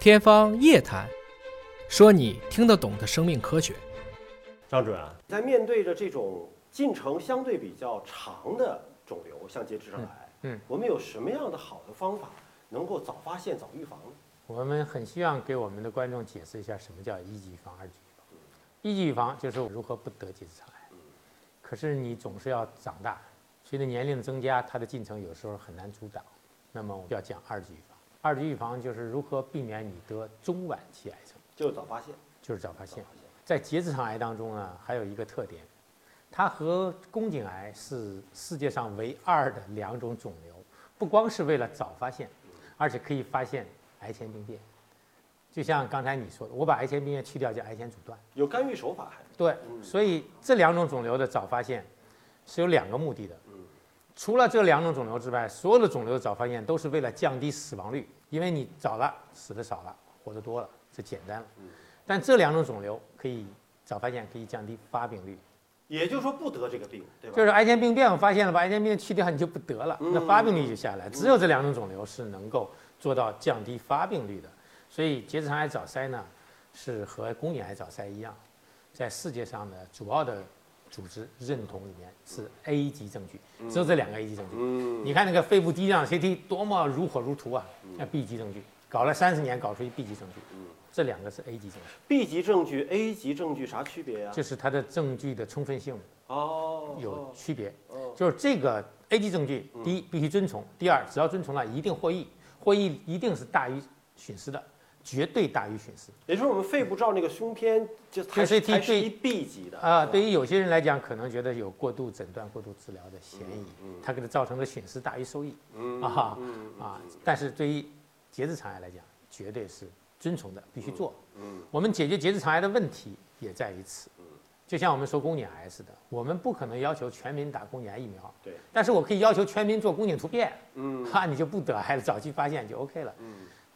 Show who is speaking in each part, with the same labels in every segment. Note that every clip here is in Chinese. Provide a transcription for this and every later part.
Speaker 1: 天方夜谭，说你听得懂的生命科学。
Speaker 2: 张主任，
Speaker 3: 啊
Speaker 2: 在面对着这种进程相对比较长的肿瘤，像结直肠癌，
Speaker 3: 嗯嗯
Speaker 2: 我们有什么样的好的方法能够早发现、早预防呢？
Speaker 3: 我们很希望给我们的观众解释一下什么叫一级预防、二级预防。一级预防就是如何不得结直肠癌，可是你总是要长大，随着年龄的增加，它的进程有时候很难阻挡。那么我们要讲二级预防，二级预防就是如何避免你得中晚期癌症，
Speaker 2: 就是早发现，
Speaker 3: 就是早发
Speaker 2: 早
Speaker 3: 现
Speaker 2: 发。现。
Speaker 3: 在结直肠癌当中呢，还有一个特点，它和宫颈癌是世界上唯二的两种肿瘤，不光是为了早发现，而且可以发现癌前病变。就像刚才你说的，我把癌前病变去掉叫癌前阻断。
Speaker 2: 有干预手法还
Speaker 3: 对，
Speaker 2: 嗯
Speaker 3: 所以这两种肿瘤的早发现是有两个目的的
Speaker 2: 嗯。
Speaker 3: 除了这两种肿瘤之外，所有的肿瘤的早发现都是为了降低死亡率，因为你早了死的少了，活得多了，这简单了
Speaker 2: 嗯。
Speaker 3: 但这两种肿瘤可以早发现，可以降低发病率。
Speaker 2: 也就是说不得这个病，对吧？
Speaker 3: 就是癌前病变，我发现了，把癌前病变去掉，你就不得了，
Speaker 2: 嗯
Speaker 3: 那发病率就下来。只有这两种肿瘤是能够做到降低发病率的，所以结直肠癌早筛呢，是和宫颈癌早筛一样，在世界上的主要的组织认同里面是 A 级证据，只有这两个 A 级证据。
Speaker 2: 嗯，
Speaker 3: 你看那个肺部低量 CT 多么如火如荼啊，那 B 级证据，搞了三十年搞出一 B 级证据，
Speaker 2: 嗯
Speaker 3: 这两个是 A 级证据，
Speaker 2: B 级证据、A 级证据啥区别呀、
Speaker 3: 这是它的证据的充分性
Speaker 2: 哦，
Speaker 3: 有
Speaker 2: 哦
Speaker 3: 区别。
Speaker 2: 哦，嗯
Speaker 3: 就是这个 A 级证据，第一必须遵从，第二只要遵从了一定获益，获益一定是大于损失的，绝对大于损失。
Speaker 2: 也就是我们肺部照那个胸片，就才
Speaker 3: 就是是对
Speaker 2: 才是一 B 级的
Speaker 3: 啊、
Speaker 2: 是吧
Speaker 3: 对于有些人来讲，可能觉得有过度诊断、过度治疗的嫌疑
Speaker 2: 嗯嗯，
Speaker 3: 它给他造成的损失大于收益
Speaker 2: 嗯
Speaker 3: 啊
Speaker 2: 嗯
Speaker 3: 啊。但是对于结直肠癌来讲，绝对是遵从的，必须做。
Speaker 2: 嗯
Speaker 3: 我们解决结直肠癌的问题也在于此。就像我们说宫颈癌似的，我们不可能要求全民打宫颈癌疫苗，
Speaker 2: 对，
Speaker 3: 但是我可以要求全民做宫颈突变。
Speaker 2: 嗯
Speaker 3: 哈，你就不得癌了，早期发现就 OK 了。
Speaker 2: 嗯，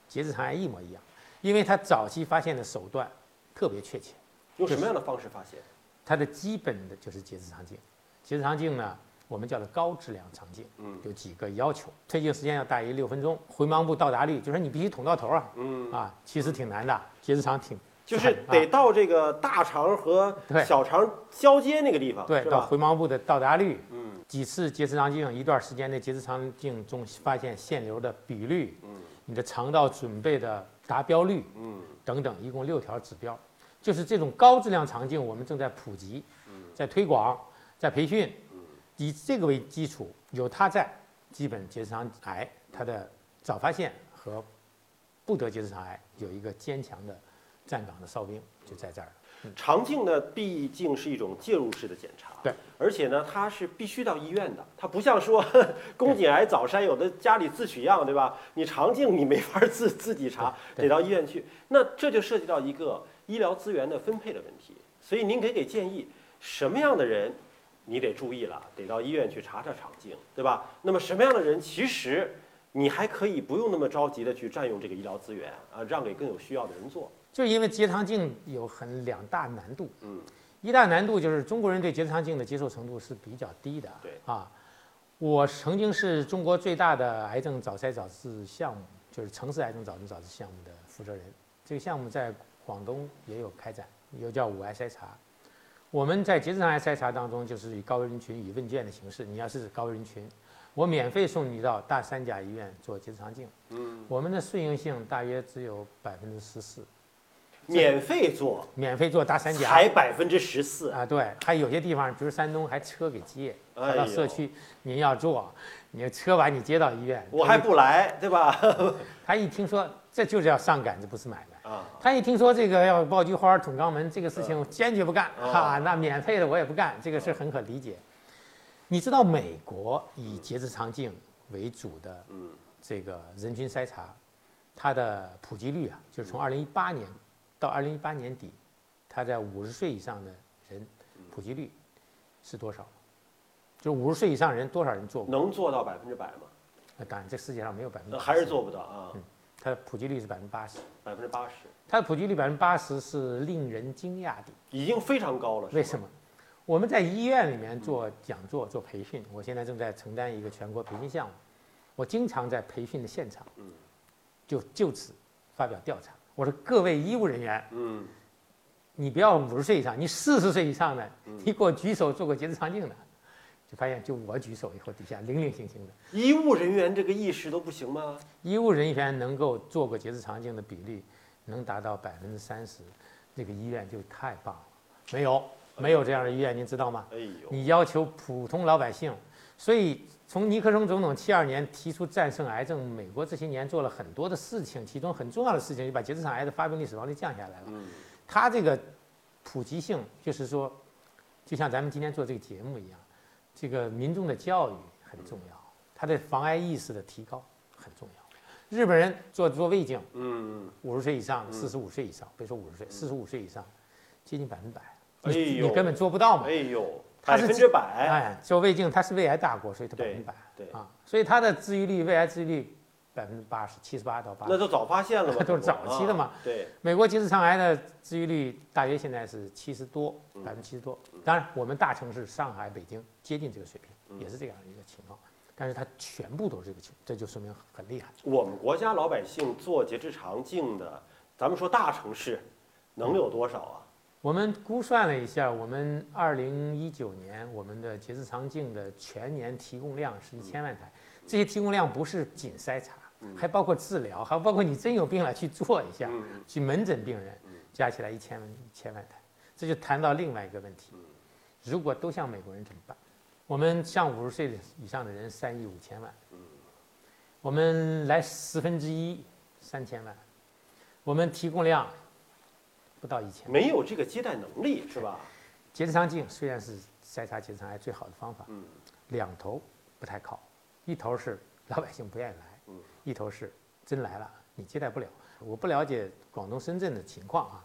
Speaker 3: 结直肠癌一模一样，因为它早期发现的手段特别确切，
Speaker 2: 用什么样的方式发现？
Speaker 3: 它的基本的就是结直肠镜。结直肠镜呢，我们叫做高质量肠镜，
Speaker 2: 嗯
Speaker 3: 有几个要求，推进时间要大于六分钟，回盲部到达率，就说你必须捅到头啊，
Speaker 2: 嗯，
Speaker 3: 啊，其实挺难的，结直肠挺啊
Speaker 2: 就是得到这个大肠和
Speaker 3: 对
Speaker 2: 小肠交接那个地方，
Speaker 3: 对，
Speaker 2: 是
Speaker 3: 到
Speaker 2: 吧？
Speaker 3: 回盲部的到达率，
Speaker 2: 嗯
Speaker 3: 几次结直肠镜，一段时间内结直肠镜中发现腺瘤的比率，
Speaker 2: 嗯
Speaker 3: 你的肠道准备的达标率，
Speaker 2: 嗯
Speaker 3: 等等，一共六条指标，就是这种高质量肠镜，我们正在普及，
Speaker 2: 嗯
Speaker 3: 在推广，在培训，以这个为基础，有它在，基本结直肠癌它的早发现和不得结直肠癌有一个坚强的站岗的哨兵，就在这儿了。
Speaker 2: 肠镜呢，毕竟是一种介入式的检查，
Speaker 3: 对，
Speaker 2: 而且呢，它是必须到医院的，它不像说 呵呵宫颈癌早筛有的家里自取样，对吧？你肠镜你没法儿自 自己查，得
Speaker 3: 对
Speaker 2: 到医院去。那这就涉及到一个医疗资源的分配的问题，所以您给给建议，什么样的人你得注意了，得到医院去查查肠镜，对吧？那么什么样的人其实。你还可以不用那么着急的去占用这个医疗资源啊，让给更有需要的人做。
Speaker 3: 就是因为结肠镜有很两大难度，
Speaker 2: 嗯，
Speaker 3: 一大难度就是中国人对结肠镜的接受程度是比较低的，
Speaker 2: 对
Speaker 3: 啊，我曾经是中国最大的癌症早筛早治项目，就是城市癌症早治早治项目的负责人。这个项目在广东也有开展，又叫五癌筛查。我们在结直肠癌筛查当中，就是以高危人群以问卷的形式，你要是高危人群，我免费送你到大三甲医院做结直肠镜。
Speaker 2: 嗯，
Speaker 3: 我们的顺应性大约只有百分之十四，
Speaker 2: 免费做，
Speaker 3: 免费做大三甲。
Speaker 2: 才百分之十四，
Speaker 3: 啊，对，还有些地方，比如山东，还车给接，还到
Speaker 2: 哎呦
Speaker 3: 社区，您要做，你车把你接到医院，
Speaker 2: 我
Speaker 3: 他
Speaker 2: 还
Speaker 3: 一
Speaker 2: 不来，
Speaker 3: 嗯
Speaker 2: 对吧？
Speaker 3: 他一听说这就是要上杆子，不是买卖。
Speaker 2: 啊，
Speaker 3: 他一听说这个要爆菊花、捅肛门这个事情，坚决不干
Speaker 2: 哦
Speaker 3: 哈、那免费的我也不干，这个事很可理解。你知道美国以结直肠镜为主的
Speaker 2: 嗯
Speaker 3: 这个人均筛查，它的普及率啊，就是从二零一八年到二零一八年底，它在五十岁以上的人普及率是多少？就五十岁以上人多少人做 过？
Speaker 2: 能做到百分之百吗？
Speaker 3: 那当然，这世界上没有百分之
Speaker 2: 呃还是做不到啊，
Speaker 3: 它的普及率是百分之八十，
Speaker 2: 百分之八十，
Speaker 3: 它的普及率百分之八十是令人惊讶的。
Speaker 2: 已经非常高了。
Speaker 3: 为
Speaker 2: 么？
Speaker 3: 什么？我们在医院里面做讲座、做培训，我现在正在承担一个全国培训项目，我经常在培训的现场
Speaker 2: 嗯，
Speaker 3: 就就此发表调查。我说各位医务人员，
Speaker 2: 嗯
Speaker 3: 你不要五十岁以上，你四十岁以上的，
Speaker 2: 嗯
Speaker 3: 你给我举手做过结直肠镜的，就发现就我举手以后，底下零零星星的。
Speaker 2: 医务人员这个意识都不行吗？
Speaker 3: 医务人员能够做过结直肠镜的比例能达到百分之三十，这个医院就太棒了。没有，没有这样的医院，您知道吗？
Speaker 2: 哎呦，
Speaker 3: 你要求普通老百姓，所以从尼克松总统七二年提出战胜癌症，美国这些年做了很多的事情，其中很重要的事情就把结直肠癌的发病率、死亡率降下来了。
Speaker 2: 嗯
Speaker 3: 它这个普及性，就是说，就像咱们今天做这个节目一样，这个民众的教育很重要，他的防癌意识的提高很重要。日本人做做胃镜，
Speaker 2: 嗯，
Speaker 3: 五十岁以上、
Speaker 2: 嗯
Speaker 3: 四十五岁以上，别说五十岁，四十五岁以上，接近百分之百，
Speaker 2: 哎
Speaker 3: 你
Speaker 2: 呦
Speaker 3: 你根本做不到嘛
Speaker 2: 哎。呦，
Speaker 3: 他
Speaker 2: 百
Speaker 3: 是
Speaker 2: 分之百，
Speaker 3: 哎，做胃镜它是胃癌大国，所以它百
Speaker 2: 对
Speaker 3: 分之百
Speaker 2: 对
Speaker 3: 啊，所以它的治愈率，胃癌治愈率百分之八十，七十八到八
Speaker 2: 那
Speaker 3: 十。
Speaker 2: 都早发现了 嘛，
Speaker 3: 都是早期的嘛
Speaker 2: 啊。对，
Speaker 3: 美国结直肠癌的治愈率大约现在是七十多，
Speaker 2: 嗯
Speaker 3: 百分之七十多。当然，我们大城市上海、北京接近这个水
Speaker 2: 嗯
Speaker 3: 平，也是这样一个情况。但是它全部都是这个情，这就说明很厉害。
Speaker 2: 我们国家老百姓做结直肠镜的，咱们说大城市
Speaker 3: 嗯
Speaker 2: 能有多少啊？
Speaker 3: 我们估算了一下，我们二零一九年我们的结直肠镜的全年提供量
Speaker 2: 嗯
Speaker 3: 是一千万台，这些提供量不是仅筛查，还包括治疗，还包括你真有病了去做一下，
Speaker 2: 嗯，
Speaker 3: 去门诊病人
Speaker 2: 嗯，
Speaker 3: 加起来一千万一千万台，这就谈到另外一个问
Speaker 2: 嗯
Speaker 3: 题：如果都像美国人怎么办？我们像五十岁的以上的人三亿五千万，
Speaker 2: 嗯
Speaker 3: 我们来十分之一三千万，我们提供量不到一千。
Speaker 2: 没有这个接待能力是吧？
Speaker 3: 结直肠镜虽然是筛查结直肠癌最好的方法，
Speaker 2: 嗯
Speaker 3: 两头不太靠，一头是老百姓不愿意来
Speaker 2: 嗯，
Speaker 3: 一头是真来了你接待不了。我不了解广东深圳的情况啊，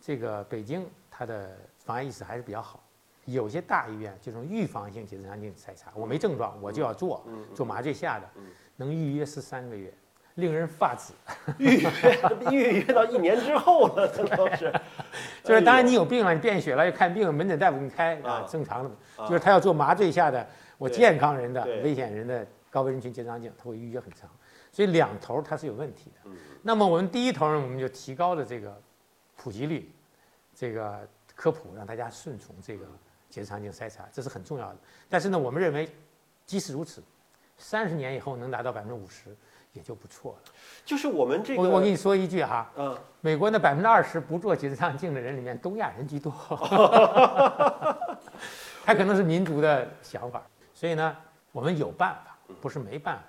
Speaker 3: 这个北京它的防癌意识还是比较好，有些大医院这种预防性结直肠镜筛查，我没症状我就要做，
Speaker 2: 嗯嗯
Speaker 3: 做麻醉下的
Speaker 2: 嗯，哎
Speaker 3: 能预约十三个月，令人发指。
Speaker 2: 预约预约到一年之后了，这都是。
Speaker 3: 就是当然你
Speaker 2: 哎呦
Speaker 3: 有病了，你便血了，又看病，门诊大夫给你开啊
Speaker 2: 啊，
Speaker 3: 正常的嘛。
Speaker 2: 啊
Speaker 3: 就是他要做麻醉下的，我
Speaker 2: 对
Speaker 3: 健康人的
Speaker 2: 对、
Speaker 3: 危险人的、高危人群结肠镜，它会预约很长，所以两头它是有问题的
Speaker 2: 嗯。
Speaker 3: 那么我们第一头呢，我们就提高了这个普及率，这个科普，让大家顺从这个结肠镜筛查，这是很重要的。但是呢，我们认为，即使如此，三十年以后能达到百分之五十也就不错了。
Speaker 2: 就是我们这个，
Speaker 3: 我我跟你说一句哈，
Speaker 2: 嗯，
Speaker 3: 美国的百分之二十不做结直肠镜的人里面，东亚人居多，他可能是民族的想法。所以呢，我们有办法，不是没办法。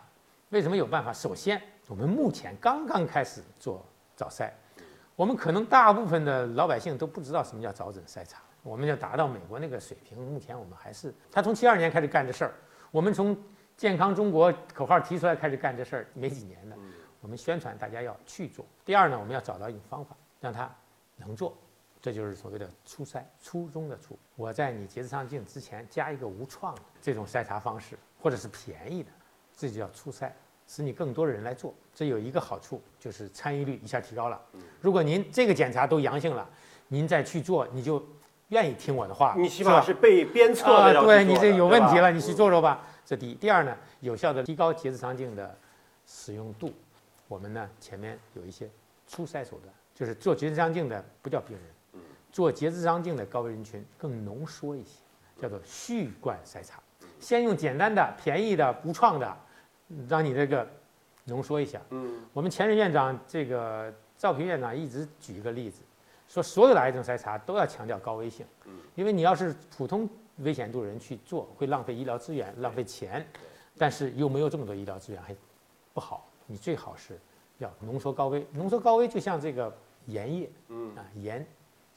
Speaker 3: 为什么有办法？首先，我们目前刚刚开始做早筛，我们可能大部分的老百姓都不知道什么叫早诊筛查。我们要达到美国那个水平，目前我们还是他从七二年开始干这事儿，我们从健康中国口号提出来开始干这事儿，没几年
Speaker 2: 嗯
Speaker 3: 的。我们宣传大家要去做。第二呢，我们要找到一种方法让他能做，这就是所谓的初筛，初中的初。我在你结直肠镜之前加一个无创的这种筛查方式，或者是便宜的，这就叫初筛，使你更多的人来做。这有一个好处就是参与率一下提高了。
Speaker 2: 嗯
Speaker 3: 如果您这个检查都阳性了，您再去做，你就愿意听我的话，
Speaker 2: 你起
Speaker 3: 是吧
Speaker 2: 码是被鞭策
Speaker 3: 啊
Speaker 2: 的，要去
Speaker 3: 对
Speaker 2: 做
Speaker 3: 你
Speaker 2: 的
Speaker 3: 这有问题
Speaker 2: 对吧
Speaker 3: 了，你去做做吧。这第一，第二呢，有效的提高结直肠镜的使用度。我们呢前面有一些初筛手段，就是做结直肠镜的不叫病
Speaker 2: 嗯
Speaker 3: 人，做结直肠镜的高危人群更浓缩一些，叫做序贯筛查。
Speaker 2: 嗯
Speaker 3: 先用简单的、便宜的、无创的，嗯让你这个浓缩一下。
Speaker 2: 嗯
Speaker 3: 我们前任院长这个赵平院长一直举一个例子，说所有的癌症筛查都要强调高危性
Speaker 2: 嗯，
Speaker 3: 因为你要是普通危险度人去做，会浪费医疗资源、浪费钱，但是又没有这么多医疗资源，还不好。你最好是要浓缩高危，浓缩高危就像这个盐业
Speaker 2: 嗯
Speaker 3: 啊，盐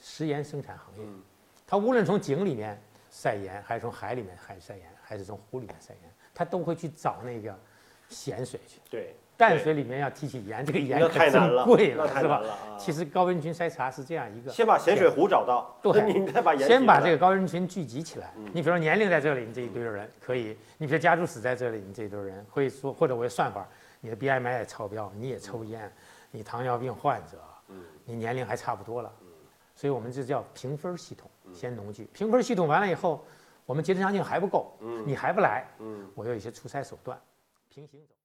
Speaker 3: 食盐生产行业，
Speaker 2: 嗯
Speaker 3: 它无论从井里面晒盐，还是从海里面海晒盐，还是从湖里面晒盐，它都会去找那个咸水去。
Speaker 2: 对，
Speaker 3: 淡水里面要提取盐，这个盐
Speaker 2: 那
Speaker 3: 可
Speaker 2: 太难
Speaker 3: 珍
Speaker 2: 了，
Speaker 3: 贵
Speaker 2: 那太难
Speaker 3: 是吧？
Speaker 2: 了啊！
Speaker 3: 其实高温群筛查是这样一个，
Speaker 2: 先把咸水湖找到，
Speaker 3: 对
Speaker 2: 你再把盐
Speaker 3: 先把这
Speaker 2: 个
Speaker 3: 个高温群聚集起来
Speaker 2: 嗯。
Speaker 3: 你比如说年龄在这里，你这一堆人可以；你比如家族史在这里，你这一堆人会说，或者我有算法，你的 BMI 也超标，你
Speaker 2: 嗯
Speaker 3: 也抽烟，你糖尿病患者，你年龄还差不多了，
Speaker 2: 嗯
Speaker 3: 所以我们这叫评分系统，先农具。评分系统完了以后，我们结直肠镜还不够，你还不来，
Speaker 2: 嗯。
Speaker 3: 我有一些出筛手段，平行走。